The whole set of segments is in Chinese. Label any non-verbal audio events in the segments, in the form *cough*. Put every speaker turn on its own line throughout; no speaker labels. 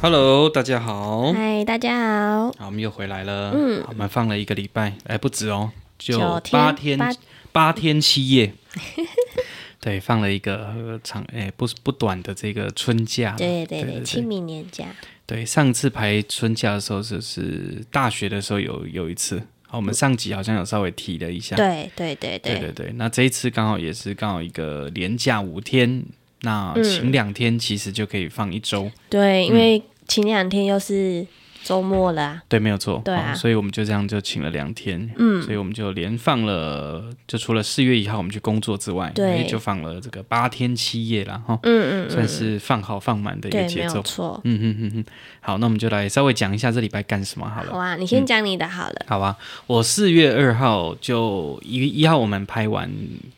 Hello，大家好。
嗨，大家好。
好，我们又回来了。嗯，我们放了一个礼拜，哎，不止哦，就
九天
八天
八，
八天七夜。 *laughs* 对，放了一个呃长，哎，不不短的这个春假。
对对
对
对，清明年假，
对，上次排春假的时候，就是大学的时候有有一次。好，我们上集好像有稍微提了一下。
对对对
对对对，那这一次刚好也是刚好一个连假五天，那
嗯
请两天其实就可以放一周。
对，因为
嗯
前两天又是周末了啊，
对，没有错。
对啊
哦所以我们就这样就请了两天，嗯，所以我们就连放了，就除了四月一号我们去工作之外，
对
哎就放了这个八天七夜啦，哈、
嗯嗯
算是放好放满的一个
对，没
节
有
奏。
错。
嗯嗯嗯嗯，好，那我们就来稍微讲一下这礼拜干什么好了。嗯
好啊，你先讲你的好了。
好吧，我四月二号就一一号我们拍完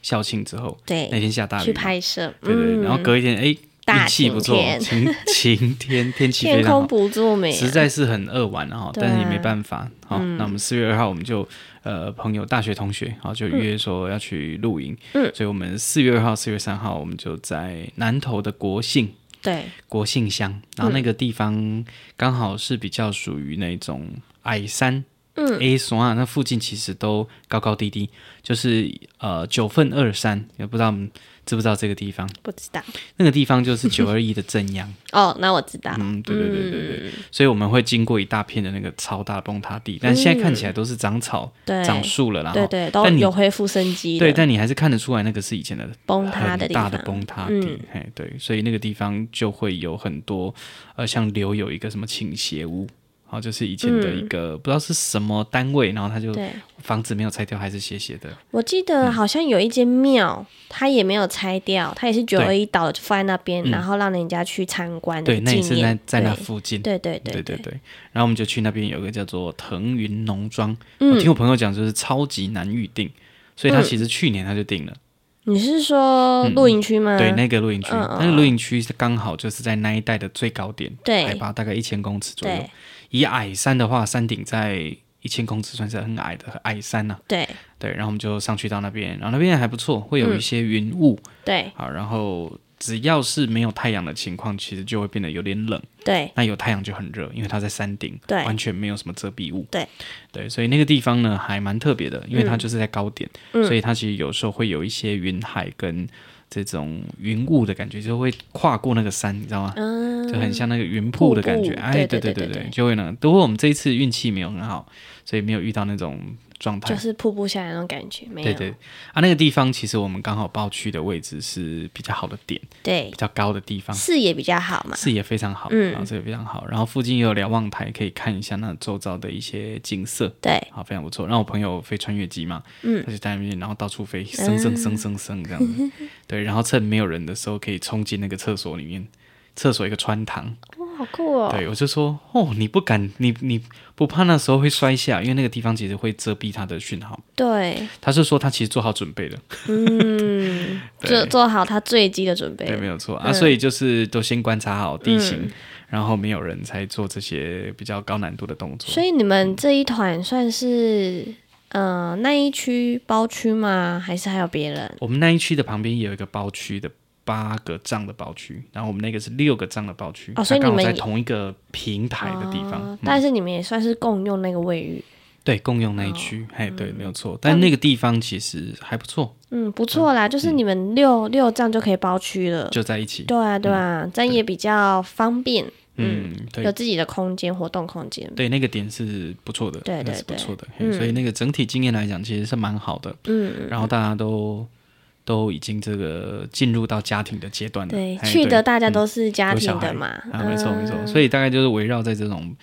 校庆之后，那
对，
天下大雨，
去拍摄，
对对对，
嗯
然后隔一天，哎、
大
运气不错
晴，
晴晴天，天气非
天
常好
空。不作美啊，
实在是很扼腕哈，
对啊嗯
但是也没办法哈、好那我们四月二号我们就呃朋友大学同学好就约说要去露营，
嗯
所以我们四月二号、四月三号我们就在南投的国姓
对
国姓乡，然后那个地方刚好是比较属于那种矮山。
嗯
，A 山啊，那附近其实都高高低低，就是呃九份二山，也不知道知不知道这个地方？
不知道
那个地方就是九二一的正央，
哦，那我知道，
嗯，对对对对对，
对
所以我们会经过一大片的那个超大崩塌地，但现在看起来都是长草、
嗯对，
长树了啦，然
对
后
对，都
但你
有恢复生机了，
对，但你还是看得出来那个是以前的
崩塌
很
的地
大
方，
的崩塌地，
嗯
嘿，对，所以那个地方就会有很多，呃，像留有一个什么倾斜屋。好，就是以前的一个、不知道是什么单位，然后他
嗯
就
对，
房子没有拆掉，还是斜斜的。
我记
嗯
得好像有一间庙，它也没有拆掉，它也是九二一倒了就放在那边，然后让人家去参观，
嗯对，那也
纪
是
念
在在那
对
附近。
对对对
对对对，然后我们就去那边有一个叫做腾云农庄，我
嗯
听我朋友讲就是超级难预定，所以他其实去年他就定了，
你是说露营区吗？
对那个露营区，
嗯嗯
那个露营区是刚好就是在那一带的最高点，
对
海拔大概一千公尺左右
对。
以矮山的话，山顶在一千公尺算是很矮的矮山呐、
对
对，然后我们就上去到那边，然后那边还不错，会有一些云雾，
对
好，然后只要是没有太阳的情况，其实就会变得有点冷。
对
那有太阳就很热，因为它在山顶，
对
完全没有什么遮蔽物，
对
对，所以那个地方呢还蛮特别的，因为它就是在高点，
嗯
所以它其实有时候会有一些云海跟这种云雾的感觉，就会跨过那个山，你知道吗？
嗯，
就很像那个云瀑的感觉，
瀑布
哎，
对
对
对
对
对对对
就会呢。不过我们这一次运气没有很好，所以没有遇到那种状态
就。是瀑布下来那种感觉，没有
对对，啊，那个地方其实我们刚好报去的位置是比较好的点，
对
比较高的地方，
视野比较好嘛，
视野非常好，
嗯
然后这个非常好，然后附近也有瞭望台，可以看一下那周遭的一些景色，
对
好，非常不错。然后我朋友飞穿越机嘛，
嗯
他就在那边，然后到处飞，升升升升升这样子，对，然后趁没有人的时候可以冲进那个厕所里面，厕所有一个穿堂，
哇，好酷哦，
对我就说，哦，你不敢，你你不怕那时候会摔下，因为那个地方其实会遮蔽他的讯号。
对，
他是说他其实做好准备了，
嗯，做做好他坠机的准备
对，，没有错
嗯
啊，所以就是都先观察好地形，然后没有人才做这些比较高难度的动作。
所以你
嗯
们这一团算是呃那一区包区吗？还是还有别人？
我们那一区的旁边也有一个包区的八个帐的包区，然后我们那个是六个帐的包区，
哦所以
它刚好
你们也
在同一个平台的地方，
哦
嗯
但是你们也算是共用那个卫浴，
对，共用那一区，嘿，对，没有错。但那个地方其实还不错，
嗯，不错啦，就是你们六六站就可以包区了。
就在一起，
对啊，对啊，这样也比较方便，
嗯，对
有自己的空间、活动空间。
对，那个点是不错的，
对对
那是不
对
错的，嘿所以那个整体经验来讲，其实是蛮好的。
嗯，
然后大家都都已经这个进入到家庭的阶段了，
对，
嘿
去的大家
嗯
都是家
有小
庭的
孩
嘛，
啊，没错没错，
嗯
所以大概就是围绕在这种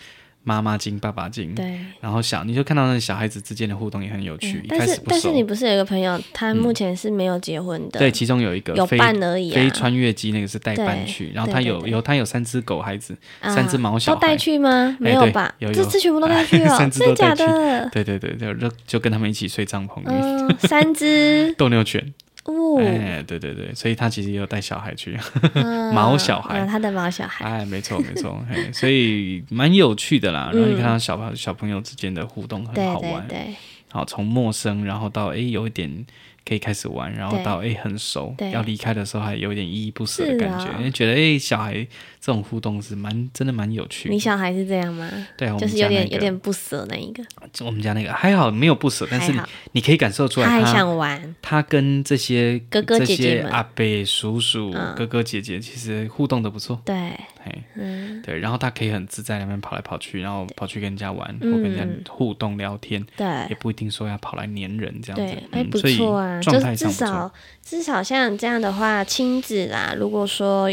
妈妈经、爸爸经，
对。
然后小你就看到那小孩子之间的互动也很有趣，一
嗯但
开
是
始不
但是你
熟。嗯
不是有一个朋友，他目前是没有结婚的，
对，其中有一个
有
非
伴而已啊
非穿越机那个是代班去，
对
然后他
对对
有
对
有他有三只狗孩子，
啊，
三只毛小孩
都
哎
带去吗？没有吧？
对有有哎
这这全部都带去哦，
*laughs* 三只
真的
都
假
带去
的？
对对对，就就就跟他们一起睡帐篷里，
嗯，三只
斗牛犬，
哦，
哎，对对对，所以他其实也有带小孩去， *laughs*
嗯
毛小孩
啊他的毛小孩，
哎，没错没错，嘿，所以蛮有趣的啦。然后你看到小朋小朋友之间的互动很
对
好
对
玩，
对
好从陌生，然后到哎有一点可以开始玩，然后到哎很熟
对，
要离开的时候还有点依依不舍的
是
感
啊
觉，因为觉得哎小孩这种互动是蛮真的蛮有趣
你
的。
小孩是这样吗？
对，我
就
们
是有
家那
点有
个，
点不舍那一个，
我们家那个还好没有不舍，但是
还
你
好
你可以感受出来
他还
他
想玩，
他跟这些
哥哥姐姐
这些
们
阿伯、叔叔、
嗯
哥哥、姐姐，其实互动的不错。
对，
嘿，
嗯，
对，然后他可以很自在那边跑来跑去，然后跑去跟人家玩，或跟人家互动聊天，
嗯对
也不一定说要跑来黏人这样子
对。，哎，
嗯，
不
所以
错啊，就
状
是
态上
至
不错。
少至少像这样的话，亲子啦，如果说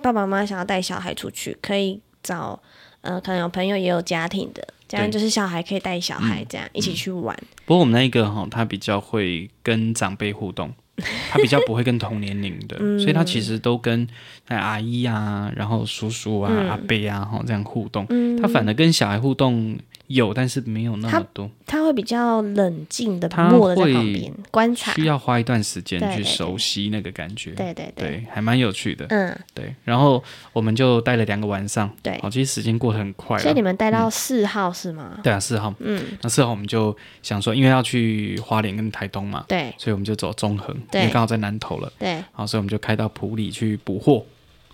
爸爸妈妈想要带小孩出去，可以找呃，可能有朋友也有家庭的，这样
对嗯
就是小孩可以带小孩这样一起去玩，
不过我们那一个哈，他比较会跟长辈
*laughs*
互动，他比较不会跟同年龄的，
嗯
所以他其实都跟哎阿姨啊，然后叔叔啊、
嗯
阿伯啊哈这样互动。他反而跟小孩互动有，但是没有那
他
么多。
他会比较冷静的、
他
默的在
会
旁边观察，
需要花一段时间
对
去
对对
熟悉那个感觉，
对对对，
还蛮有趣的。
嗯，
对，然后我们就待了两个晚上，
对
好，其实时间过得很快
所以
了
你。们带到四号是吗？
对啊，四号，
嗯，
那四号我们就想说，因为要去花莲跟台东嘛，
对
所以我们就走中横，因
对
为刚好在南投了，
对，
好，所以我们就开到埔里去补货，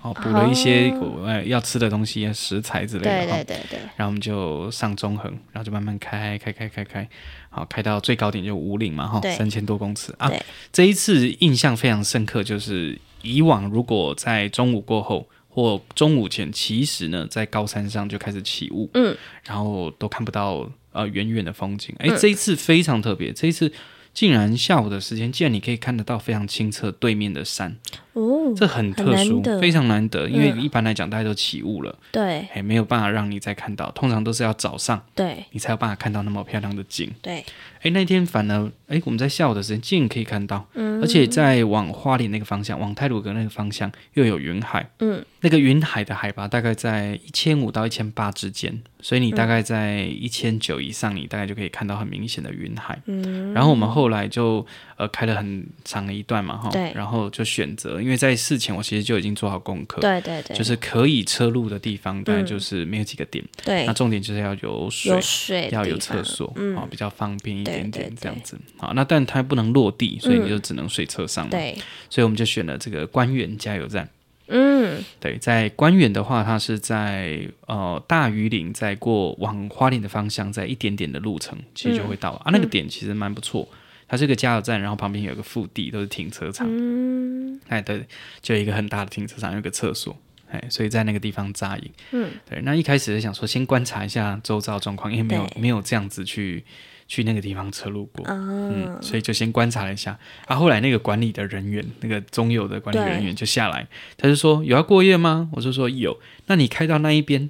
好，补了一些呃要吃的东西、食材之类
哦对
的，
对
哈。
对对，
然后我们就上中横，然后就慢慢开开开开开，好开到最高点就五岭嘛哈，
对
三千多公尺啊
对。
这一次印象非常深刻，就是以往如果在中午过后或中午前，其实呢在高山上就开始起雾，
嗯，
然后都看不到呃远远的风景。哎，这一次非常特别，这一次。竟然下午的时间，竟然你可以看得到非常清澈对面的山，
哦，
这很特殊
很难，得嗯
非常难得。因为一般来讲，大家都起雾了，
对
哎，没有办法让你再看到，通常都是要早上
对
你才有办法看到那么漂亮的景。
对，
哎，那天反而哎，我们在下午的时间竟然可以看到，
嗯
而且在往花莲那个方向，往泰鲁阁那个方向又有云海，
嗯，
那个云海的海拔大概在一千五到一千八之间，所以你大概在一千九以上，你大概就可以看到很明显的云海。
嗯，
然后我们后来就呃开了很长的一段嘛哈
对，
然后就选择，因为在事前我其实就已经做好功课，
对对对，
呃就是可以车路的地方，大概就是没有几个点。
对
那重点就是要有水，
有水的
要有
地
厕
方
所，
嗯
哦，比较方便一点
对
点
对嗯
这样子。好，那但它不能落地，所以你就只能睡车上嘛。
对，
所以我们就选了这个官员加油站。
嗯，
对，在官员的话，它是在呃大余岭，在过往花莲的方向，在一点点的路程，其实就
嗯
会到了、啊。那个点其实蛮不错，它是个加油站，然后旁边有个腹地，都是停车场。
嗯，
哎，对，就有一个很大的停车场，有一个厕所，哎，所以在那个地方扎营。
嗯，
对。那一开始是想说先观察一下周遭状况，因为没有
对
没有这样子去去那个地方车路过，
啊，
嗯，所以就先观察了一下。啊，后来那个管理的人员，那个中友的管理
对
人员就下来，他就说有要过夜吗？我就说有。那你开到那一边，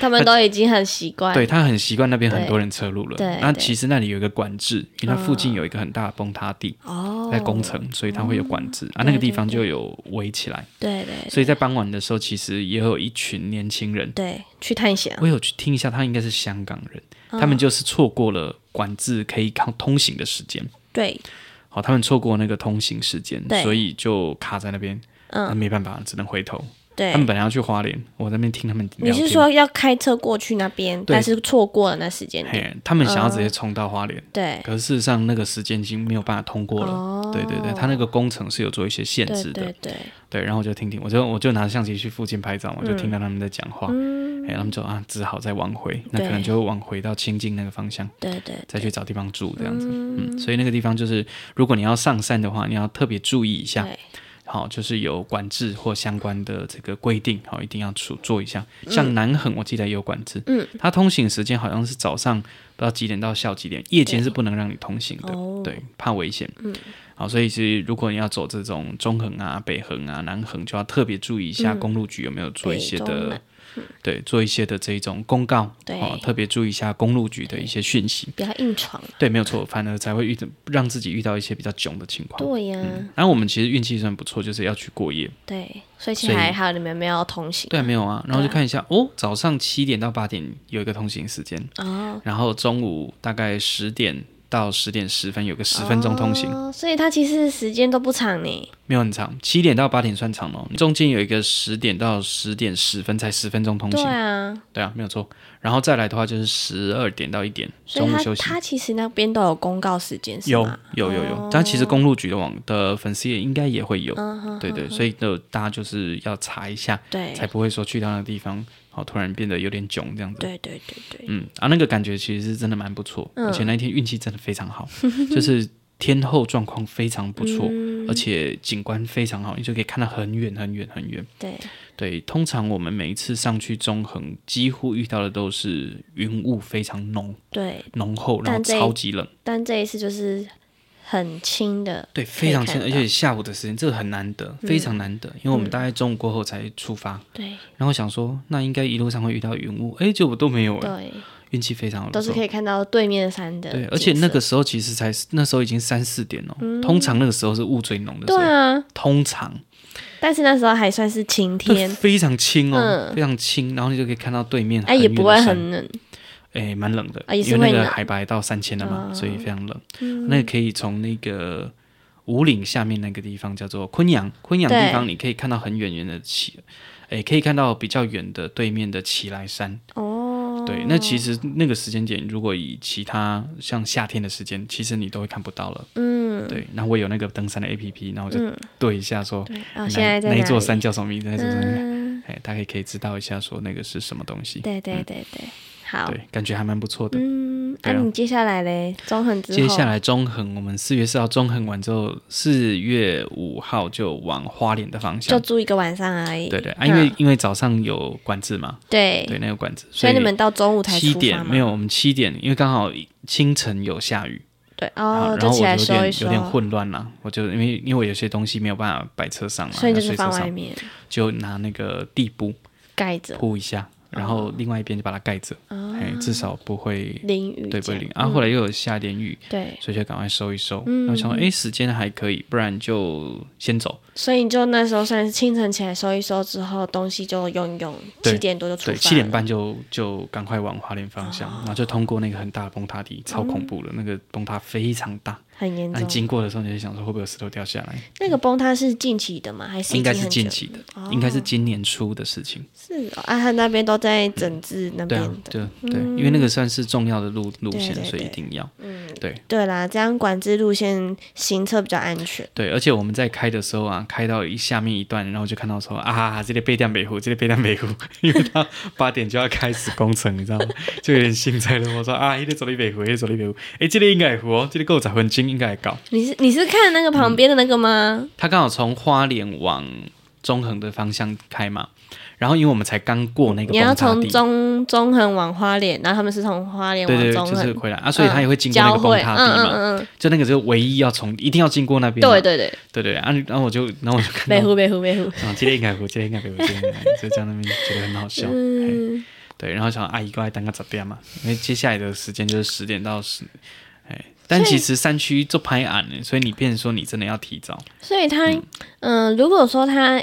他
*laughs*
们都已经很习惯，
对他很习惯那边很
对
多人车路了。
对
那
对
其实那里有一个管制，因为它附近有一个很大的崩塌地。
哦，
在工程，所以它会有管制、啊，那个地方就有围起来。
哦对对
所以在傍晚的时候，其实也有一群年轻人，
对，去探险，啊
我有去听一下，他应该是香港人，
嗯
他们就是错过了管制可以靠通行的时间，
对，
好，他们错过那个通行时间，
对
所以就卡在那边，那
嗯，
没办法，只能回头。
对
他，们本来要去花莲，我在那边听他们
你
聊天，
是说要开车过去那边，
对
但是错过了那时间点，
嘿，他们想要直
嗯
接冲到花莲，
对
可是事实上那个时间已经没有办法通过了。
哦
对对对，他那个工程是有做一些限
对
制的，
对对，
对，然后我就听听，我就我就拿相机去附近拍
嗯
照嘛，我就听到他们在讲话，哎、他们就啊，只好再往回，那
对
可能就会往回到清境那个方向，
对对
再去找地方住这样子。嗯所以那个地方就是，如果你要上山的话，你要特别注意一下
对，
好，就是有管制或相关的这个规定，好，一定要出做一下。像南横，我记得也有管制，
嗯，
它通行时间好像是早上不知道几点到下午几点，夜间是不能让你通行的，
哦
对，怕危险。嗯，好，所以其实如果你要走这种中横啊、北横啊、南横，就要特别注意一下公路局有没有做一些
嗯北中
的
南嗯
对，做一些的这一种公告，
对
哦，特别注意一下公路局的一些讯息，
不要硬闯。啊
对，没有错，反而才会遇到让自己遇到一些比较囧的情况。
对呀、
然后我们其实运气算不错，就是要去过夜，
对，所以其
所
实
以
还好你们没有同行。
对，没有啊，然后就
对啊
看一下哦，早上七点到八点有一个通行时间，
哦，
然后中午大概十点到十点十分有个十分钟通行，
哦，所以它其实时间都不长呢。
没有很长，七点到八点算长哦，中间有一个十点到十点十分才十分钟通
对
行，
啊，
对啊，没有错。然后再来的话就是十二点到一点
所以
中午
它
休息。
它其实那边都有公告时间是
有
吗？哦
有有有，但其实公路局的网的粉丝也应该也会有，
嗯哼，
对对，所以就大家就是要查一下，
对
才不会说去到那个地方，好突然变得有点囧这样子。
对对对对，
嗯啊，那个感觉其实是真的蛮不错，
嗯
而且那一天运气真的非常好， *laughs* 就是天后状况非常不错，
嗯
而且景观非常好，你就可以看到很远很远很远。
对，
对，通常我们每一次上去中横，几乎遇到的都是云雾非常浓
对，
浓厚，然后
但这一
超级冷。
但这一次就是很轻的，
对，非常
看
清，
得
而
到嗯
且下午的时间这个很难得，非常难得，因为我们大概中午过后才出发，
对
然后想说那应该一路上会遇到云雾，哎，结果都没有哎，
对，
运气非常好，
都是可以看到对面山的景
对，
色。嗯
而且那个时候其实才那时候已经三四点了、通常那个时候是雾最浓的时
对
候，
啊，
通常
但是那时候还算是晴天，
非常轻哦，
嗯
非常轻，然后你就可以看到对面，
哎，也不会，很冷，
哎，蛮冷的，
啊也是
因为那
会
个
冷啊嗯
海拔到三千了嘛，所以非常冷，那可以从那个。五岭下面那个地方叫做昆阳，昆阳地
对
方你可以看到很远远的起，哎，可以看到比较远的对面的奇来山。
哦，
对，那其实那个时间点，如果以其他像夏天的时间，其实你都会看不到了。
嗯，
对，然后我有那个登山的 APP，然后我就
嗯
对一下说，
对，
哪
哦，现在在
哪一座
里
山叫什么名字，那座山，
嗯，
哎，大概可以知道一下说那个是什么东西。
对对对对，好，
对，感觉还蛮不错的。
嗯，那
对啊
你接下来嘞，中横之后，
接下来中横，我们四月四号中横完之后，四月五号就往花莲的方
就
向。
住一个晚上而已，
对对啊，
嗯
因为因为早上有管制嘛，对，
对，
那个管制，
所以你们到中午才
七
出发
点
嘛
没有，我们七点，因为刚好清晨有下雨，
对
啊然后
哦，
然
就
后
起
我
来
就有
收一
点
收
有，点混乱啦，我就因为因为我有些东西没有办法摆车上嘛，
所以就
在
是
水
放
车上
外面
就拿那个地布
盖着
铺一下，
哦
然后另外一边就把它盖着，哎、至少不会
淋雨这样，
对不会淋。啊，后来又有下点雨，
对，
所以就赶快收一收。
嗯
然后想说，哎，时间还可以，不然就先走。
所以你就那时候算是清晨起来收一收之后，东西就用一用，
对
七点多就出发
对，
了，哦
七点半就就赶快往花莲方向，然后就通过那个很大的崩塌地，超恐怖的，那个崩塌非常大。
嗯很严
那你
重。
经过的时候，你就想说会不会有石头掉下来？
那个崩塌是近期的吗？还是已
应该
经
是
很
近
久
期的，
哦
应该是今年初的事情。
是哦，啊，他那边都在整治那
对
边
啊，
的。嗯
对对，因为那个算是重要的路路线，
对对
所以一
对
定要。
对啦，这样管制路线行车比较安全。
对，而且我们在开的时候啊，开到一下面一段，然后就看到说啊，这里背蛋北湖，这里背蛋北湖，因为它八点就要开始工程，你知道吗？就有点幸灾乐祸，说啊，一直走里北湖，一直走里北湖，诶，这里应该会湖哦，这里够十分钟应该会到。
你是你是看那个
嗯
旁边的那个吗？
它刚好从花莲往中横的方向开嘛，然后因为我们才刚过那个
你要
崩塌
从
地，
中中横往花莲，然后他们是从花莲
对对
往中
对，就是
横嗯
回来啊，所以它也会经过那
交
个崩
汇，
塌
嗯
地嘛，
嗯嗯嗯，
就那个是唯一要从一定要经过那边嘛，
对对对，
对对，啊，然后我就然后我就看到
北湖北湖北湖，
啊，今天应该有，今天应该没有，今天应该有，就在那边觉得很好笑。嘿对，然后想阿姨过来等个十点嘛，因为接下来的时间就是十点到十。哎，但其实山区做拍案的，所以你变成说你真的要提早。
所以他，嗯、如果说他，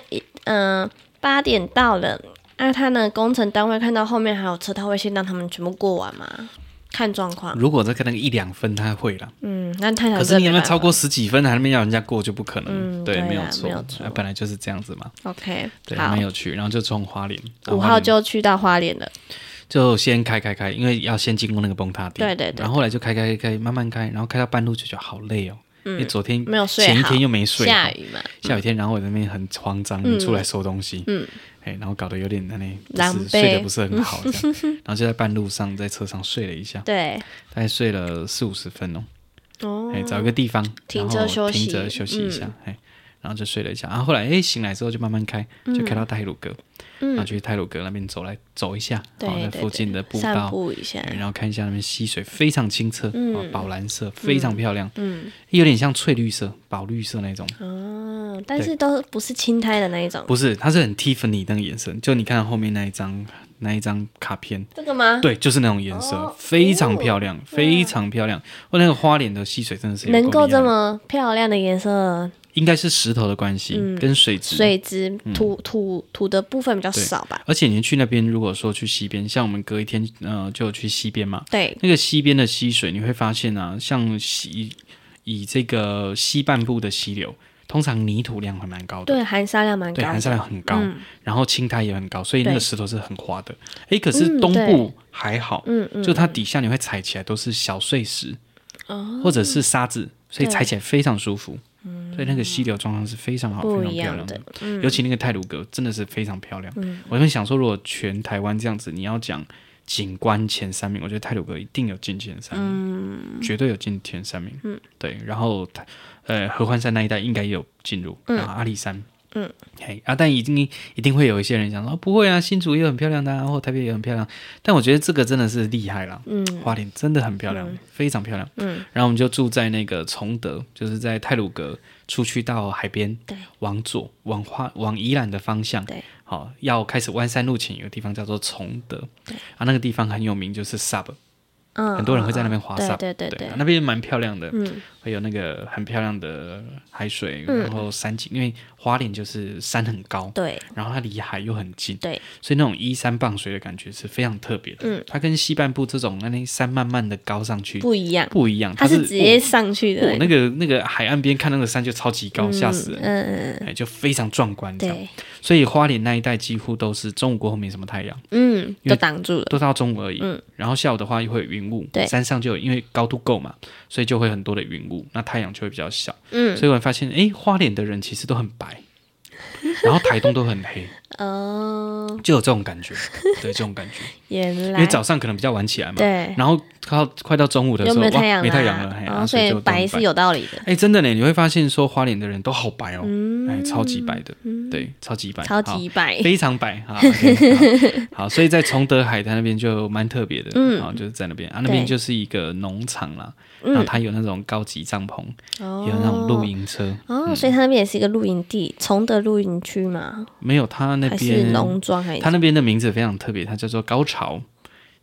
嗯、八点到了，那、他呢，工程单位看到后面还有车，他会先让他们全部过完吗？看状况。
如果再看那个一两分，他会啦。
嗯，那太想
可是你有没有超过十几分，还没要人家过就不可能。
嗯
对，
对啊
没有
没有错
啊本来就是这样子嘛。
OK，
对，
好
蛮，有趣。然后就从花莲，然后
五
花
号
莲
就去到花莲了。
就先开开开，因为要先经过那个崩塌地。
对对对
然后后来就开开开，慢慢开，然后开到半路就觉得好累哦，因为昨天
没有睡
前一
好
天又没睡好
下雨嘛，
下雨天，然后我那边很慌张，出来收东西，嗯，哎，然后搞得有点那里不
狼
是
狈
睡得不是很好，
*laughs*
这样，然后就在半路上在车上睡了一下，
对，
大概睡了四五十分哦，
哦，
哎，找一个地方
停
然
车
后
休息嗯
停着休息一下，哎，然后就睡了一下，然后后来哎醒来之后就慢慢开，就开到
嗯
泰鲁阁，然后去泰鲁阁那边走来走一下，
对
哦，
对
那
对
附近的步
散
道。
步一下
哎，然后看一下那边溪水非常清澈，哦，宝蓝色非常漂亮，
嗯，
有点像翠绿色、宝绿色那种，
哦，嗯，但是都不是青苔的那一种，
不是，它是很 Tiffany 那个颜色，就你看后面那一张那一张卡片，
这个吗？
对，就是那种颜色，
啊哦
非常漂亮，非常漂亮。哇，那个花脸的溪水真的是有
能够
厉害
这，么漂亮的颜色，
应该是石头的关系、跟水质。
嗯水质
嗯
土土土的部分比较少吧？
而且你去那边，如果说去西边，像我们隔一天，呃，就有去西边嘛，
对，
那个西边的溪水，你会发现啊，像西以这个西半部的溪流，通常泥土量还蛮高的，
对，含沙量蛮
对，
高
含
的，
沙量很高，
嗯
然后青苔也很高，所以那个石头是很滑的。诶，可是
嗯
东部
对
还好，
嗯嗯，
就它底下你会踩起来都是小碎石
哦，
或者是沙子，所以
对嗯
踩起来非常舒服。所以那个溪流状况是非常好、
不
非常
一
漂亮
样的嗯
的，，尤其那个泰鲁阁真的是非常漂亮。我在想说，如果全台湾这样子，你要讲景观前三名，我觉得泰鲁阁一定有进前三名，
嗯
绝对有进前三名。对。然后它，呃，合欢山那一带应该也有进入，然后阿里山，
嗯，
嘿啊，但一定一定会有一些人想说，哦不会啊，新竹也很漂亮的、啊，或台北也很漂亮。但我觉得这个真的是厉害啦，
嗯，
花莲真的很漂亮，非常漂亮。
嗯，
然后我们就住在那个崇德，就是在泰鲁阁出去到海边，
对，
往左往花往宜兰的方向，
对，
好，要开始弯山路前有个地方叫做崇德，啊，那个地方很有名，就是 sub，
嗯，
很多人会在那边滑
对
sub，
对对
对
对嗯
啊，那边蛮漂亮的，会有那个很漂亮的海水，然后山景，因为花莲就是山很高，
对
然后它离海又很近，
对，
所以那种依山傍水的感觉是非常特别的。它跟西半部这种那那山慢慢的高上去
嗯不一样，
不一样，
它
嗯是
是直接上去
我
的，
那个那个海岸边看那个山就超级高，吓死人，
嗯，
哎，就非常壮观这样。
对，
所以花莲那一带几乎都是中午过后没什么太阳，
嗯，都挡住了，
都到中午而已。然后下午的话又会有云雾，
嗯对
山上就有因为高度够嘛，所以就会很多的云雾，那太阳就会比较小。
嗯，
所以我发现，哎，花莲的人其实都很白，然后台东都很黑，
*laughs* 哦，
就有这种感
*laughs*
觉，对这种感觉。
原
因
来
为早上可能比较晚起来嘛，
对，
然后靠快到中午的时
又
候，
没有
哇
太阳啦，
没太阳了，嘿啊
哦所
以
以
就
白
都
是
很白。
有道理的，
哎，真的呢，你会发现说花莲的人都好白哦，哎，超级白的，对，超级白，
嗯超
好
级白，
非常白
*laughs*
啊 OK，好。好，所以在崇德海滩那边就蛮特别的，嗯，好，就是在那边啊，那边
对嗯
就是一个农场啦，然后它有那种高级帐篷，也有那种露营车，
哦，所以它那边也是一个露营地，崇德露营区嘛，
没有它那
还是
边，
农庄还
它
是？
那边的名字非常特别，它叫做高潮，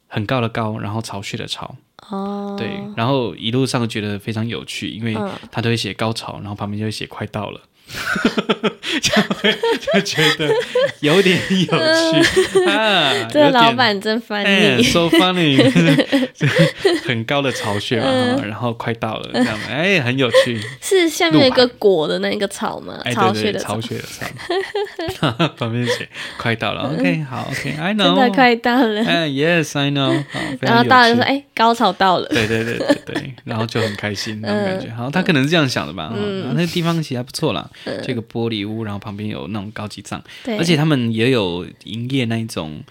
很高的高，然后巢穴的巢，
哦，嗯
对，然后一路上觉得非常有趣，因为他都会写高潮，然后旁边就会写快到了， *laughs* 就会就觉得有点有趣啊。
嗯这
有
个老
点
板真烦
哎、
你，
s o funny，很 *laughs* 高的巢穴嘛，
嗯
然后快到了，这样哎、很有
*laughs*
趣，
*laughs* 是下面有一个果的那个草吗？
哎、
巢
对
穴
对，
的
巢
草，
穴的巢， *laughs* 旁边写快到
*laughs*
了，OK，好，OK，I、
真的
know，
快到了。
哎、y e s i know，好，非
然后
常
到了
有
就
趣
说：“。哎，高潮到了。
*laughs* 对对对对对，然后就很开心那种感
嗯
觉。好，他可能是这样想的吧。嗯、然后那地方其实还不错啦，这个玻璃屋，然后旁边有那种高级帐，”
嗯对，
而且他们也有营业那一种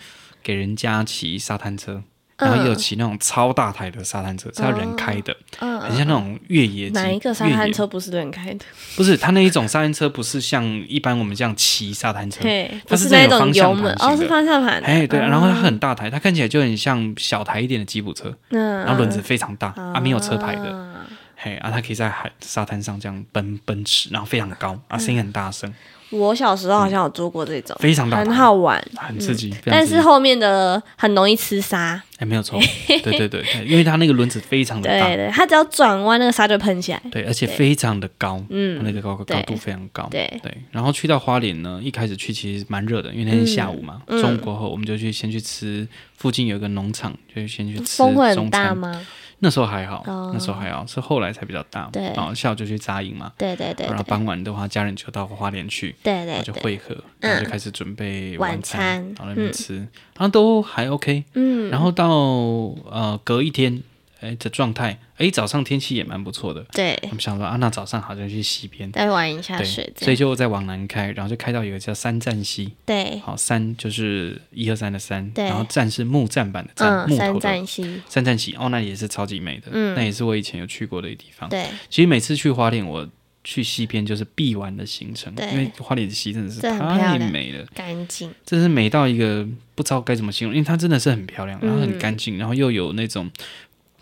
给人家骑沙滩车，然后也有骑那种超大台的沙滩车，是要人开的，
哦嗯
很像那种越野机。
哪一个沙
越
滩
野
车不是人开的？
不是，他那一种沙滩车不是像一般我们这样骑沙滩车，
对，
它
不
是
那
那
种
种方
油
向
门
盘，型
哦，是
的
方向盘的。
哎，对，然后它很大台，它看起来就很像小台一点的吉普车，
嗯，
然后轮子非常大，啊，没有车牌的，
啊
嘿啊，它可以在海沙滩上这样奔奔驰，然后非常高
嗯
啊，声音很大声，
我小时候好像有坐过这种，
嗯非常大
很
台，
好玩，
很刺激。非
嗯
常
但
刺
是
激
后面的很容易吃沙。
哎，没
*laughs*
有错，对对对，对因为它那个轮子非常的
对
大，
对，它只要转弯，那个沙就喷起来。
对，而且非常的高，
嗯
它那个高高
对
度非常高，
对
然后去到花莲呢，一开始去其实蛮热的，因为那天下午嘛，
嗯
中午过后我们就去先去吃附近有一个农场，就先去吃
风会很
中
大
餐。
吗？
那时候还好，
哦
那时候还好，是后来才比较大。
对
然后下午就去扎营嘛，
对对对
然后
对
傍晚的话，家人就到花莲去，
对
然后
对
就
对，嗯
汇合，然后就开始准备
晚
餐，
餐
然后那边吃，然后都还 OK。
嗯，
然后到呃隔一天，哎的状态，哎早上天气也蛮不错的，我
对，
们想说啊，那早上好像去西边，
再玩一下
对，
水这
所
样。
以就再往南开，然后就开到有一个叫三站溪，
对，
好三就是一二三的三，
对
然后站是木站板的站，
嗯，
木
三
头的
站溪，
三站溪，哦那也是超级美的，
嗯
那也是我以前有去过的一个地方。
对，
其实每次去花莲，我去西边就是必玩的行程，
对
因为花莲的溪真的是
这很漂
太
亮
美了，
干净，
真是美
嗯
到一个不知道该怎么形容，因为它真的是很漂亮，然后很干净，然后又有那种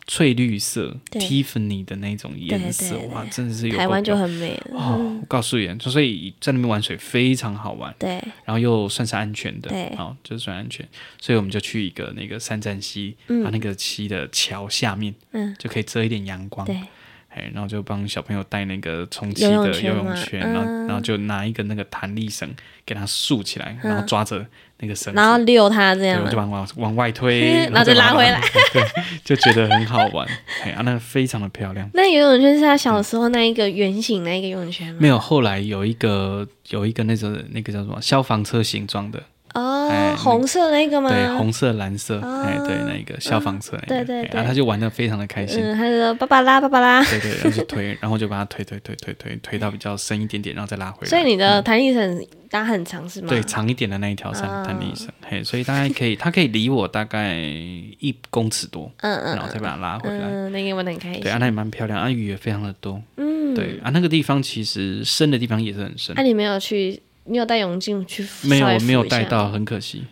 翠绿色
对
Tiffany 的那种颜色，
对对对
哇，真的是有
台湾
够
就
漂
很美了。
亮哦，我告诉你，就所以在那边玩水非常好玩，
对，
然后又算是安全的，
对
哦，就是算安全，所以我们就去一个那个三站溪，嗯、啊，那个溪的桥下面，
嗯，
就可以遮一点阳光，
对，
哎，然后就帮小朋友带那个充气
游泳
的
圈
游泳
嘛嗯
圈，然后然后就拿一个那个弹力绳给它竖起来，然后抓着那个绳子，
嗯然后溜它这
对，
样啊
我就
嘛，
往往往外
*laughs*
推，
嗯然后再
再
拉
把它
回来。，
*laughs* 对，就觉得很好玩，哎，啊，那个非常的漂亮。
那游泳圈是他小时候那一个圆形那一个游泳圈吗？
嗯没有，后来有一个有一个那种那个叫什么消防车形状的，哎
哦，红色那个吗？
对，红色、蓝色，哎、
哦
对，那一个消防车那个，
对对
哎
对
然后他就玩的非常的开心，
嗯，他就说爸爸拉，爸爸拉。
对对，然后就
*laughs*
推，然后就把它推推推推推推到比较深一点点，然后再拉回来。
所以你的弹力绳搭很长是吗？
嗯对，长一点的那一条
啊
山弹力绳，嘿，所以大概可以，它可以离我大概一公尺多，
嗯嗯
然后再把它拉回来。
嗯，那个玩的很开心
对，。啊，那也蛮漂亮，啊，鱼也非常的多，嗯，对，啊，那个地方其实深的地方也是很深
那、，啊你没有去，你有带泳镜去？
没有没有带到，。很可惜，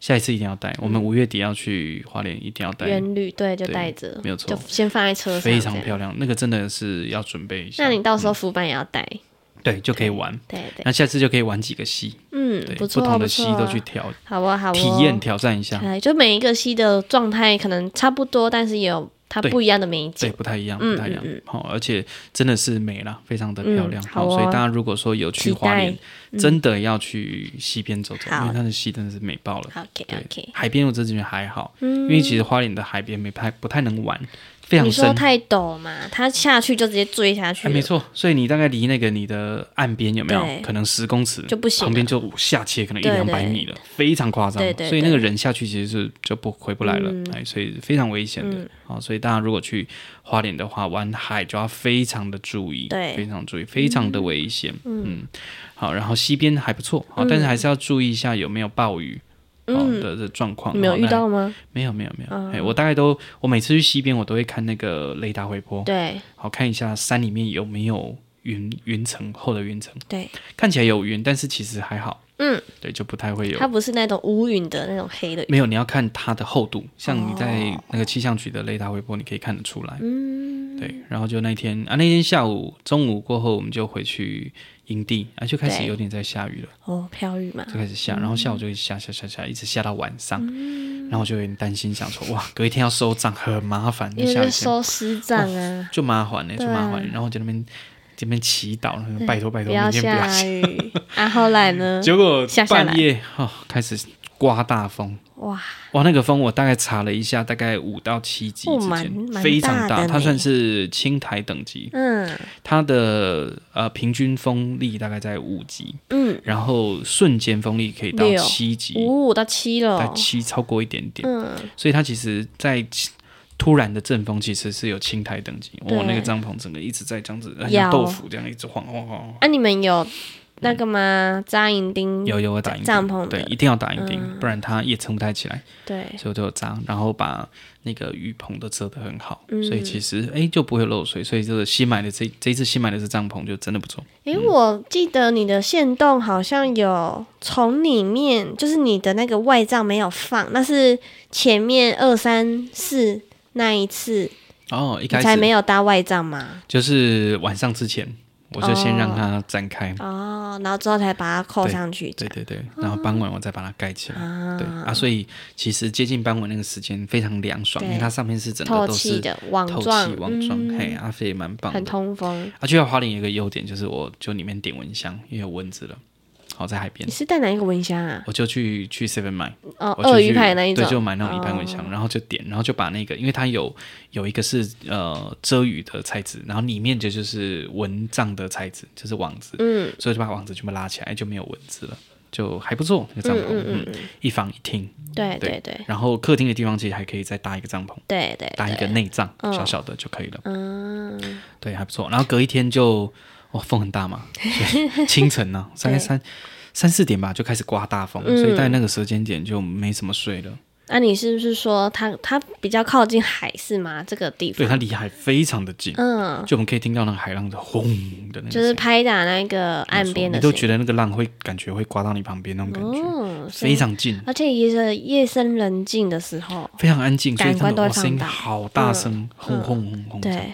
下一次一定要带。我们五月底要去花莲，一定要带，
元旅对，就
对
带着，
没有错
就先放在车上。
非常
这样
漂亮，那个真的是要准备一下。
那你到时候浮板也要带，
对就可以玩，
对对，
那下次就可以玩几个戏，
嗯
对，，
不
不
错
同
不
的戏
错
都去挑
好哦好哦，
体验挑战一下，
对，就每一个溪的状态可能差不多，但是也有它
对
不一样的美
对，
景。
不太一样，
嗯
不太一样。好、而且真的是美啦，非常的漂亮。
嗯好哦
所以大家如果说有去花莲
期，嗯
真的要去西边走走，
好
因为它的溪真的是美爆了。
OK
对
OK，
海边我真的觉得还好，因为其实花莲的海边没太不太能玩，非
嗯
常
你说
深。
太陡嘛，它下去就直接追下去
哎，
了，
没错，所以你大概离那个你的岸边有没有
对
可能十公尺
就不行了
旁边就下切可能一
对
两百
对
米了，非常夸张。
对对嗯
所以那个人下去其实是就不回不来了，哎，所以非常危险的。好、所以大家如果去花莲的话，玩海就要非常的注意，
对
非常注意，非常的危险。嗯好，然后西边还不错，
嗯
好、但是还是要注意一下有没有暴雨。好的的状况，
你没有
好
遇
哦那
到啊吗？
没有没有没有，哎、我大概都，我每次去西边，我都会看那个雷达回波，
对
好看一下山里面有没有云云层厚的云层，
对，
看起来有云，但是其实还好，
嗯，
对，就不太会有
它。不是那种无云的那种黑的云，
没有，你要看它的厚度，像你在那个气象局的雷达微波，你可以看得出来。
嗯，
对，然后就那天啊，那天下午中午过后，我们就回去营地啊，就开始
对
有点在下雨了，
哦，飘雨嘛，
就开始
嗯
下，然后下午就一直下下下下，一直下到晚上，然后我就有点担心，想说哇，隔一天要收账很麻烦，
因为
嗯下雨
是
天哦
收湿帐啊，
就麻烦了、欸就
对啊
麻烦了。然后我就在那边这边祈祷，然后拜托拜
不
托，
要
明天不要
下
下。
雨啊。后来呢？
*laughs* 结果
下下来
半夜哦，开始刮大风，
哇，
哇，那个风我大概查了一下，大概五到七级
哦
之
蛮
间，
蛮
非常
大的呢
它算是青台等级，
嗯
它的呃平均风力大概在五级，
嗯，
然后瞬间风力可以到
六
七级，
五五到七了
在
哦，
七哦超过一点点，
嗯，
所以它其实，在突然的阵风其实是有青苔等级，我、
对
那个帐篷整个一直在这样子，很像
摇
豆腐这样一直晃晃晃。晃
那啊你们有那个吗？扎营钉
有有我打
帐
印
嗯帐篷
对，嗯
的嗯
一定要打印钉，不然它也撑不太起来，
对，
所以我就有扎，然后把那个雨棚都遮得很好，
嗯
所以其实哎就不会漏水，所以这个新买的这这一次新买的这帐篷就真的不错。
诶，我记得你的线洞好像有从里面，就是你的那个外帐没有放，那是前面二三四那一次
哦，一
你
开
才没
始
有搭外帐嘛？
就是晚上之前，我就先让它展开，
哦，然后之后才把它扣上去。
对对对，然后傍晚我再把它盖起来。对
啊，
啊，所以其实接近傍晚那个时间非常凉爽，
对
因为它上面是整
透
个都
气
是
的网
透气
状，
网状，
嗯
嘿，阿飞也蛮棒
很
的。
通风。
啊，去到花莲有一个优点就是，我就里面点蚊香，因为有蚊子了。好在海边
你，是带哪一个蚊香啊？
我就去去 Seven 买，
哦，
我
鳄
就去
鱼牌那一种，哦
对，就买那种一般蚊香，然后就点，然后就把那个，因为它有有一个是呃遮雨的材质，然后里面就就是蚊帐的材质，就是网子，
嗯，
所以就把网子全部拉起来，哎就没有蚊子了，就还不错那个帐篷，嗯一房一厅，
对
对
对对
然后客厅的地方其实还可以再搭一个帐篷，
对对，
搭一个
对
内帐，
嗯
小小的就可以了。
嗯，
对，还不错。然后隔一天就哇，风很大嘛，所
*laughs*
以清晨呢、大概三三四点吧就开始刮大风，所以
嗯
在那个时间点就没什么睡了。
那、你是不是说它它比较靠近海是吗？这个地
对，
方？
它离海非常的近，
嗯，
就我们可以听到那个海浪的轰的那个声音，
就是拍打那个
没错
岸边的
你都
声音，
觉得那个浪会感觉会刮到你旁边那种感觉。
哦，嗯，所以
非常近，
而且也是夜深人静的时候，
非常安静，所以
感官
他
都
们
会
哇声音
放大
好大声，轰轰轰轰这样，
嗯对。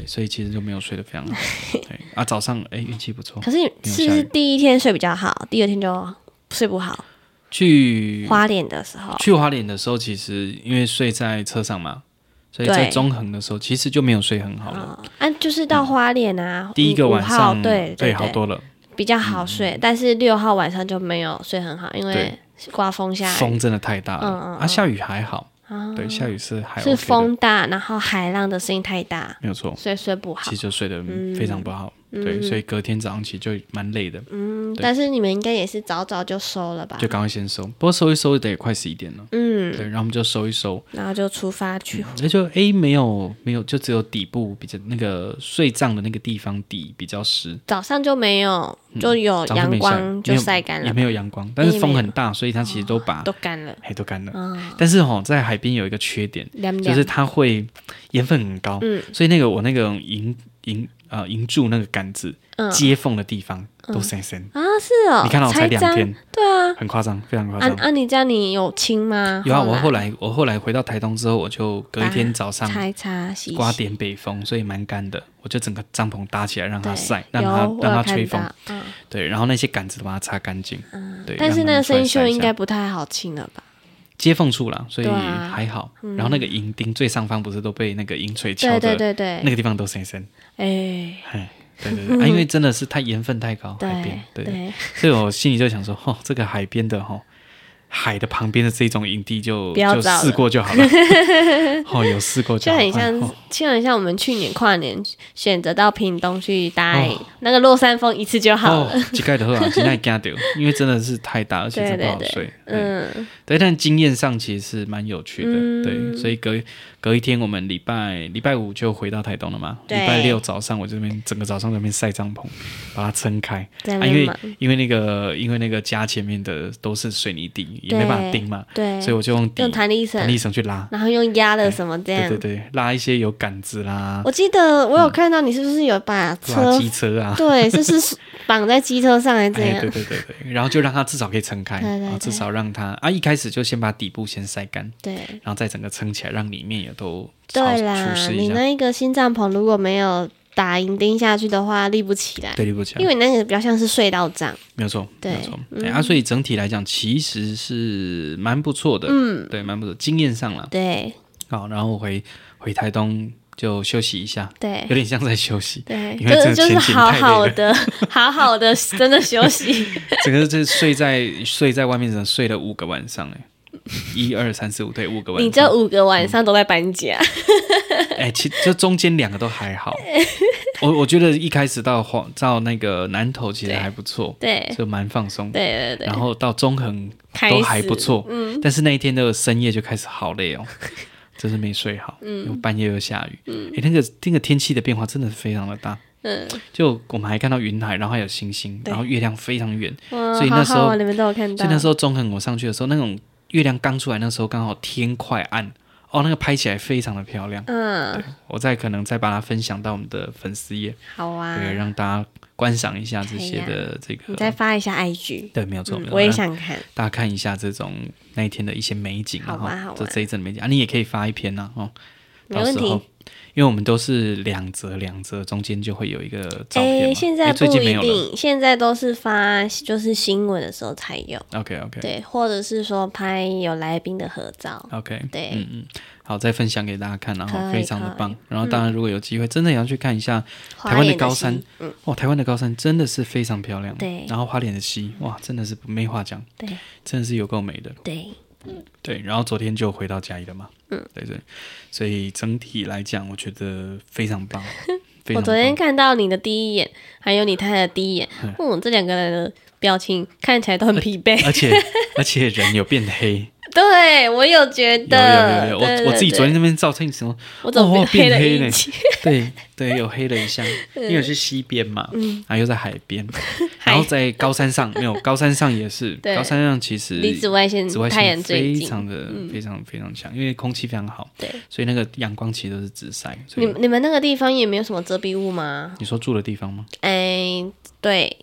对，所以其实就没有睡得非常
*laughs*
好。对啊，早上哎运气不错
可，是你是不
下
是
雨
第一天睡比较好，第二天就睡不好？
去
花脸的时候，
去花莲的时候，其实因为睡在车上嘛，所以
对
在中横的时候其实就没有睡很好了。
啊，啊，就是到花脸啊，
嗯第一个
五
晚
号
上
对对
好
对
多了，
比较好睡，但是六号晚上就没有睡很好，因为
对
刮风下雨，
风真的太大了
嗯嗯
啊，下雨还好，
啊
对，下雨是还
是
OK 的，
风大，然后海浪的声音太大，
没有错，
所以睡不好
其。实就睡得非常不好，对，所以隔天早上起就蛮累的，
嗯，
对
但是你们应该也是早早就收了吧
就？赶快先收，不过收一收得也快十一点了，
嗯，
对，然后我们就收一收，
然后就出发去。
那就 A 没有没有，就只有底部比较那个睡帐的那个地方底比较湿，
早上就没有，就有
嗯早上
阳
没
光
下
就
雨没有
晒干
也
了，
没有阳光，但
也
是
没
风
有
很大，所以它其实都把
都干了。
哎都干了。
嗯，
但是哦，在海边有一个缺点，
凉
就
凉
是它会盐分很高，
嗯
所以那个我那个银银呃银柱那个杆子、
嗯
接缝的地方都深深，
啊，是哦，
你看到我才两
拆
天
张，，对啊。
很夸张，非常夸
按
张。
按你这样，你有清吗？
有啊，我后
来
来我后来回到台东之后，我就隔一天早上
擦一擦，洗一
刮
洗，
点北风，所以蛮干的，我就整个帐篷搭起来让它
对，
晒，
有
让它
我
让
有
它
看
吹风
到，嗯
对，然后那些杆子都把它擦干净，对。
但是
让
那
它
个
出来
生
晒
锈
一
应
下
该不太好清了吧？
接缝处啦，所以
对啊
还好。然后那个银钉最上方不是都被那个银锤敲
对
的，
对对对，
那个地方都深深。
哎，
哎，对对对，啊，因为真的是它盐分太高，海
对
边，对，所以我心里就想说，哦，这个海边的哦，海的旁边的这种营地就
不要
就
找了
试过就
*laughs*
好了，哦，有试过
就
好
很
哎
像
哦，
就很像我们去年跨年选择到屏东去搭欸
哦
那个落山风一次就好了。
哦，几盖的喝啊，几盖加掉，因为真的是太大，而且
对
真的不好
对对
睡。嗯，
嗯，
对，但经验上其实是蛮有趣的，
嗯
对，所以隔隔一天，我们礼拜礼拜五就回到台东了嘛，礼
对
拜六早上我这边整个早上在那边晒帐篷，把它撑开，
在
啊，
那
因
边
为
嘛，
因为那个因为那个家前面的都是水泥地，也没办法钉嘛，
对，
所以我就用底
用弹力绳
弹，力绳去拉，
然后用压的什么这
对
样
对。对，拉一些有杆子啦，
我记得我有看到你是不是有把
拉
车
机车啊， *laughs*
对，就是绑在机车上还是怎
哎，
样
对？对对对，然后就让它至少可以撑开，
对对对
然后至少让它啊一开始就先把底部先晒干，
对
然后再整个撑起来，让里面也都潮
对
除
啦，
湿一
你
下，
那一个新帐篷如果没有打银钉下去的话，立不起来，
对对不起啊，
因为你那个比较像是隧道帐。
没有错，没
对嗯
有错，哎啊，所以整体来讲其实是蛮不错的，嗯，对，蛮不错，经验上了，
对
好，然后回回台东就休息一下，
对
有点像在休息，
对，
因为
就是
这
就
个
是
前景
好
太累
好
了
的， *laughs* 好好的， *laughs* 真的休息。
整个就是睡在睡在外面，只能睡了五个晚上
*laughs*
哎、一二三四五对，五个晚上。
你这五个晚上都在搬家，
哎、其这中间两个都
*laughs*
还好。我我觉得一开始到黄到那个南投其实还不错，
对
就蛮放松。
对对对，
然后到中横
开
都还
始
不错，嗯，但是那一天的深夜就开始好
*laughs*
累哦，真是没睡好，嗯，半夜又下雨，嗯，哎、那个那个天气的变化真的非常的大，
嗯，
就我们还看到云海，然后还有星星，
对
然后月亮非常远，
哇，
所以那时候
好好哦你们都有看到
所以，那时候中横我上去的时候，那种月亮刚出来那时候刚好天快暗，哦，那个拍起来非常的漂亮。
嗯，
我再可能再把它分享到我们的粉丝页，
好啊，
对，让大家观赏一下这些
可以
的这
你再
个。
发一下 IG，
对，没有错，没
嗯
有错
我也
让
想看，
大家看一下这种那一天的一些美景啊，
好玩好
哈
玩
这这一阵的美景啊，你也可以发一篇呐、哦。
没
到
问
时候
题。，
因为我们都是两折两折，中间就会有一个照片
哎，
嘛。
现在
哎
不
最近没
一
有了。
定，现在都是发就是新闻的时候才有，
OK OK
对，或者是说拍有来宾的合照，
OK，
对
嗯嗯，好，再分享给大家看，然后
可以
非常的
可
棒。然后当然，如果有机会，真的也要去看一下
花
台湾的
莲
高山
戏，嗯，
哇，台湾的高山真的是非常漂亮。
对
然后花莲的溪，哇，真的是没话讲，
对
真的是有够美的。
对，
对，然后昨天就回到嘉义了嘛，嗯，对对，所以整体来讲，我觉得非常
*laughs*
棒。
我
非常
昨天
棒。
看到你的第一眼，还有你太太的第
*laughs*
一眼，嗯，这两个人的表情看起来都很疲
*laughs*
惫。
而且而且人有
*laughs*
变黑，
对我有觉
有有
得，
有有，
对
我我自己昨，
对
天那边照镜子，我
对我怎么
哦变
了
黑
一
嘞
截？
*laughs* 对对，有黑
*laughs*
了一下，因为我去西边嘛，
嗯
然后又在海边，然后在高山上没有，高山上也是，
对
高山上其实
离紫外线
紫外
太阳
线
最
非
近。嗯
常的非常非常强，因为空气非常好，
对，嗯
所以那个阳光其实都是直晒。所
你
以
们你们那个地方也没有什么遮蔽物吗？
你说住的地方吗？
哎，对，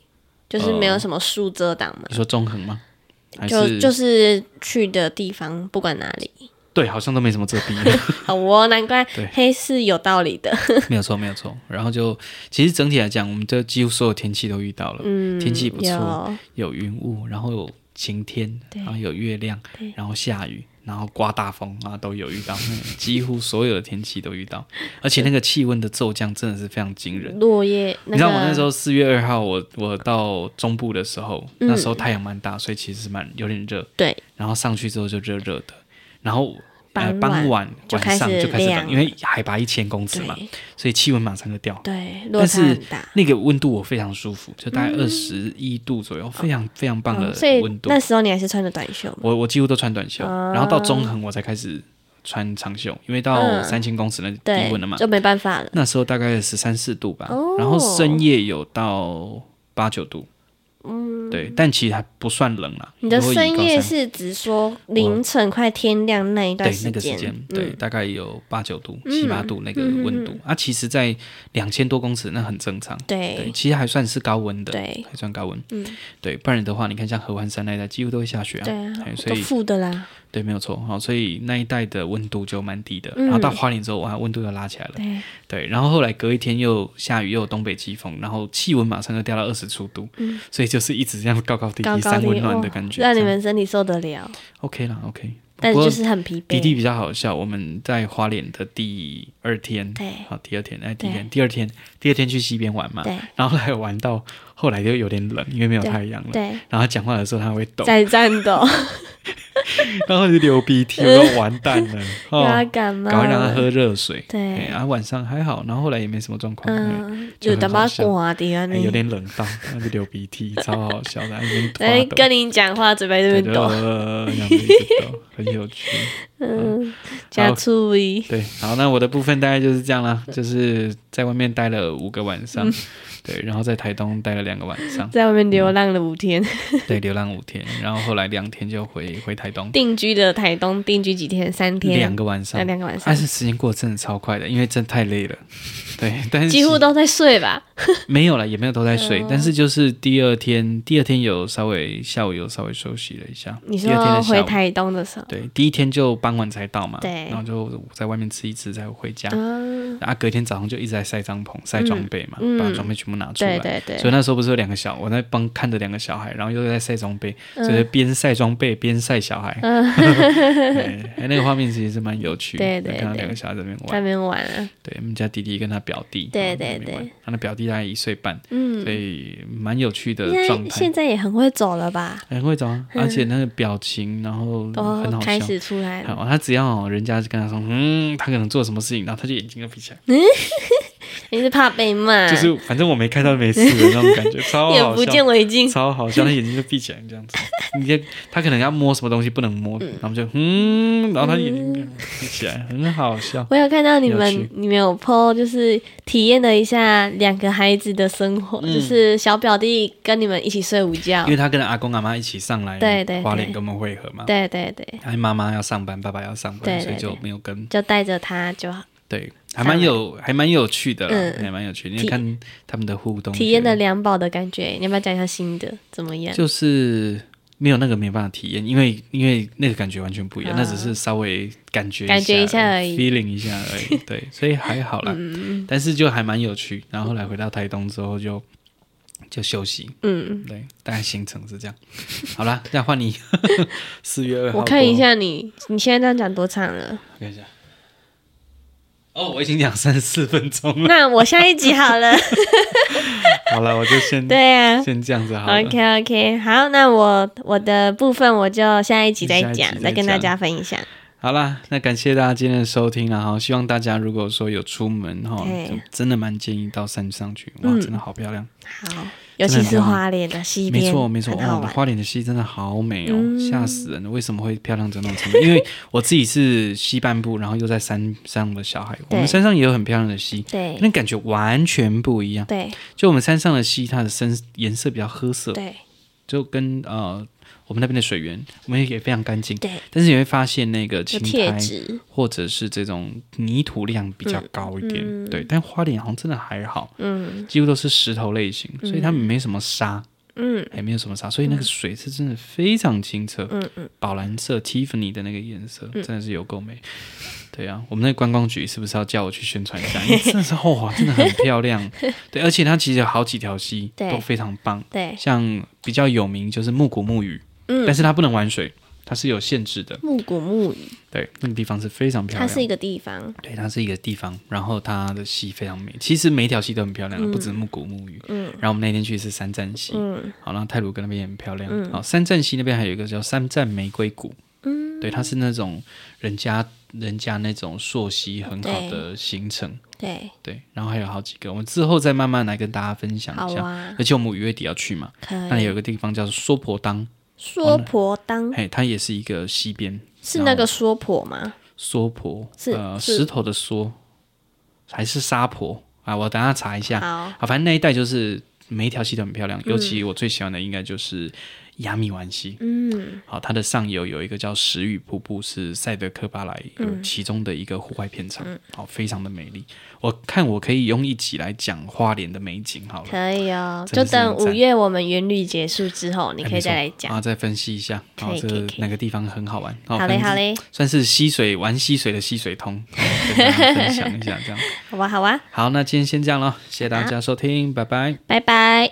就是没有什么树遮挡嘛。
你说中横吗？哦还
就是就是去的地方不管哪里。
对，好像都没什么遮蔽。 *laughs*
好哦，难怪
对
黑是有道理的。
没有错，没有错。然后就其实整体来讲，我们这几乎所有天气都遇到了，
嗯，
天气不错
有
有云雾，然后有晴天，
对
然后有月亮
对，
然后下雨，然后刮大风啊，都有遇到，嗯几乎所有的天气都遇到。而且那个气温的骤降真的是非常惊人。
落叶。
你知道我那时
候
候四月二号，我我到中部的时候，
嗯
那时候太阳蛮大，所以其实蛮有点热。
对，
然后上去之后就热热的，然后呃
傍晚
傍晚
就
晚上
开始
就开始
凉
冷，因为海拔一千公尺嘛，
对
所以气温马上就掉。
对，落
但
差
是
很大。
那个温度我非常舒服，就大概二十一度左右，非常非常棒的
嗯哦所以
温度。
那时候你还是穿着短袖嘛，
我我几乎都穿短袖，
啊
然后到中横我才开始穿长袖，因为到
嗯
三千公尺那低
对
温了嘛，，
就没办法了。
那时候大概十三四度吧，
哦
然后深夜有到八九度。嗯，对，但其实还不算冷啦。
你的
如果以
深
高
夜
山
是指说凌晨快天亮那一段
对那个时间，对，
嗯
大概有八九度、七八度那个温度。啊，其实，在两千多公尺那很正常，对，
对
其实还算是高温的，
对
还算高温。嗯，对，不然的话，你看像合欢山那一带几乎都会下雪啊，
对啊
哎，所
都
以
负的啦，
对没有错，好，所以那一带的温度就蛮低的。然后到花莲之后，哇，温度又拉起来了，
嗯对
对，然后后来隔一天又下雨，又有东北季风，然后气温马上就掉到二十出度，所以就是一直这样高高
嗯
低
高
低、
高
三
低
温暖
哦
的感觉。
让你
这样
们身体受得了，
OK 啦，OK。
但
不
是
过
就是很疲
迪迪
惫。
比较好笑，我们在花莲的第二天，
对
好，第二天，哎，第一
对
天，第二天，第二天去西边玩嘛，
对
然后来玩到后来就有点冷，因为没有太阳了。
对，
然后讲话的时候他会
*laughs*
抖，
在战
哦
斗，
然后就流鼻涕，我说完蛋了，
*laughs* 又
哦，
要感冒
赶快让他
了，
喝热水。哎，
对，
啊，晚上还好，然后后来也没什么状况，哎
嗯，
就
有
很
他妈
好笑
刮的啊
哎有
你。
点冷到，然后就流鼻涕，超好笑的，啊一边
*laughs* 哎，
发抖
跟，你讲话嘴巴这
对
边
就
抖，
呃这样子一直抖，很有趣。
嗯，加醋意，，
对，好，那我的部分大概就是这样啦，就是在外面待了五个晚上，对，然后在台东待了两个晚
*laughs*
上
在外面流浪了五天，
对，流浪五天，然后后来两天就回回台东，
定居的台东定居几天？三天，
两个晚上
啊，两个晚上
但，是时间过得真的超快的，因为真的太累了，对，但是
几乎都在嗯睡吧？
没有了，也没有都在睡，但是就是第二天，第二天有稍微下午有稍微休息了一下，
你
第二天
说
的
回
下午。
台东的时候，
对，第一天就傍晚才到嘛，
对
然后就在外面吃一吃，再回家。
啊，
啊，隔天早上就一直在晒帐篷、晒装备嘛，
嗯
把装备全部拿出来。
对对对，
所以那时候不是有两个小，我在帮看着两个小孩，然后又在晒装备，
嗯
所以边晒装备边晒小孩。 *laughs*
*laughs*
哎、哎那个画面其实是蛮有趣的，
对对
就看到
对
两个小孩在那边
在那
玩。
边玩啊，
对，我们家弟弟跟他表弟，
对
然后在那边
对
玩
对，
他的表弟大概一岁半，
嗯
所，以蛮有趣的
应该
状态
现。在也很会走了吧？
很会找啊，而且那个表情，然后
都
嗯很好
哦开
笑。
始出来了，
好，他只要哦人家跟他说，嗯，他可能做什么事情，然后他就眼睛就闭起来。
你是怕被骂，
就是反正我没看到没事的那种
*laughs*
感觉，超好
嗯眼
笑，
不见为净，
超好笑，他眼睛就闭起来这样子，你就他可能要摸什么东西不能摸，然后就嗯，然后他眼睛这样闭起来，很好笑。
我有看到你
有
们
趣，
你们有 PO，就是体验了一下两个孩子的生活，就是小表弟跟你们一起睡午觉
嗯因，为他跟阿公阿妈一起上来，
对对对
花莲跟我们会合嘛，
对对对，
因为妈妈要上班，爸爸要上班，
对对
所以就
对
没有跟，
就带着他就好，
对，还蛮有，还蛮有趣的啦，
嗯
还蛮有趣的，因为
体
看他们的互动，
体验
觉
了
得
两宝的感觉，你要不要讲一下心得怎么样？
就是。没有那个没办法体验，因为因为那个感觉完全不一样，
啊
那只是稍微感觉
感觉一下而已嗯
，feeling 一下
*laughs*
而已，对，所以还好啦，但是就还蛮有趣。然后后来回到台东之后就就休息，
嗯，
对，大概行程是这样。好啦，那换你， *laughs* 四月二号，
我看一，下你，你现在这样讲多长
*laughs*
了？
我看一下。哦，我已经讲三十四
*laughs*
分钟了，
那我下一集好
*laughs*
了，
好了，我就先
对呀、
嗯先这样子好了。
OK OK，好，那我我的部分我就下一集再
下一
讲
集，再
再跟大
讲
家分享。
好啦，那感谢大家今天的收听啦，然后希望大家如果说有出门哈，
对
就真的蛮建议到山上去，
嗯
哇，真的好漂亮，
好，尤其是花莲的西边，
没错没错，哦
很好
哇，
玩。嗯
花莲的溪真的好美哦，吓死人了！为什么会漂亮成那种程度？
*laughs*
因为我自己是西半部，然后又在山上的小孩，我们山上也有很漂亮的溪，
对
那感觉完全不一样。
对
就我们山上的溪，它的深颜色比较褐色，
对
就跟呃我们那边的水源，我们也非常干净，
对，
但是你会发现那个青
有贴
苔。
纸，
或者是这种泥土量比较高一点，对。但花莲好像真的还好，
嗯
几乎都是石头类型，所以它们没什么沙，
嗯
还没有什么差，所以那个水是真的非常清澈，
嗯嗯，
宝蓝色 Tiffany 的那个颜色，真的是有够美。对啊，我们那个观光局是不是要叫我去宣传一下？因为真的是后华、真的很漂亮。对，而且它其实有好几条溪
对
都非常棒，
对，
像比较有名就是木古木屿，
嗯
但是它不能玩水，它是有限制的。
木古木语，
对，那个地方是非常漂
它
亮。
是一个地方，
对，它是一个地方，然后它的溪非常美，其实每一条溪都很漂亮，不止木古木鱼。嗯，然后我们那天去是三站溪，
嗯，
好，然后泰鲁阁那边也很漂亮。好，三站溪那边还有一个叫三站玫瑰谷，嗯，对，它是那种人家人家那种溯溪很好的行程，
对，
对，然后还有好几个，我们之后再慢慢来跟大家分享
好
一下。
啊，
而且我们五月底要去嘛，那
可
里
以。
有一个地方叫娑婆当，
娑婆当
嘿，它也是一个溪边，
是那个娑婆吗？
娑婆
是
呃
是
石头的娑，还是沙婆啊？我等下查一下。
好，
啊，反正那一带就是每一条溪都很漂亮，尤其我最喜欢的应该就是亚米湾溪。
嗯
好，它的上游有一个叫石雨瀑布，是赛德克巴莱有其中的一个户外片场，
嗯
好，非常的美丽。我看我可以用一集来讲花莲的美景好了。
可以哦，
真
就
的是很
等
赞
五月我们元旅结束之后，你可以再来讲。
啊，再分析一下，然
可
后
以
这
可以可以
哪个地方很好玩？
好嘞，好
嘞，
嘞，
算是溪水玩溪水的溪水通，好跟大家分享一下这样。
好吧，好啊，
好，那今天先这样咯，谢谢大家收听，拜拜。
拜拜。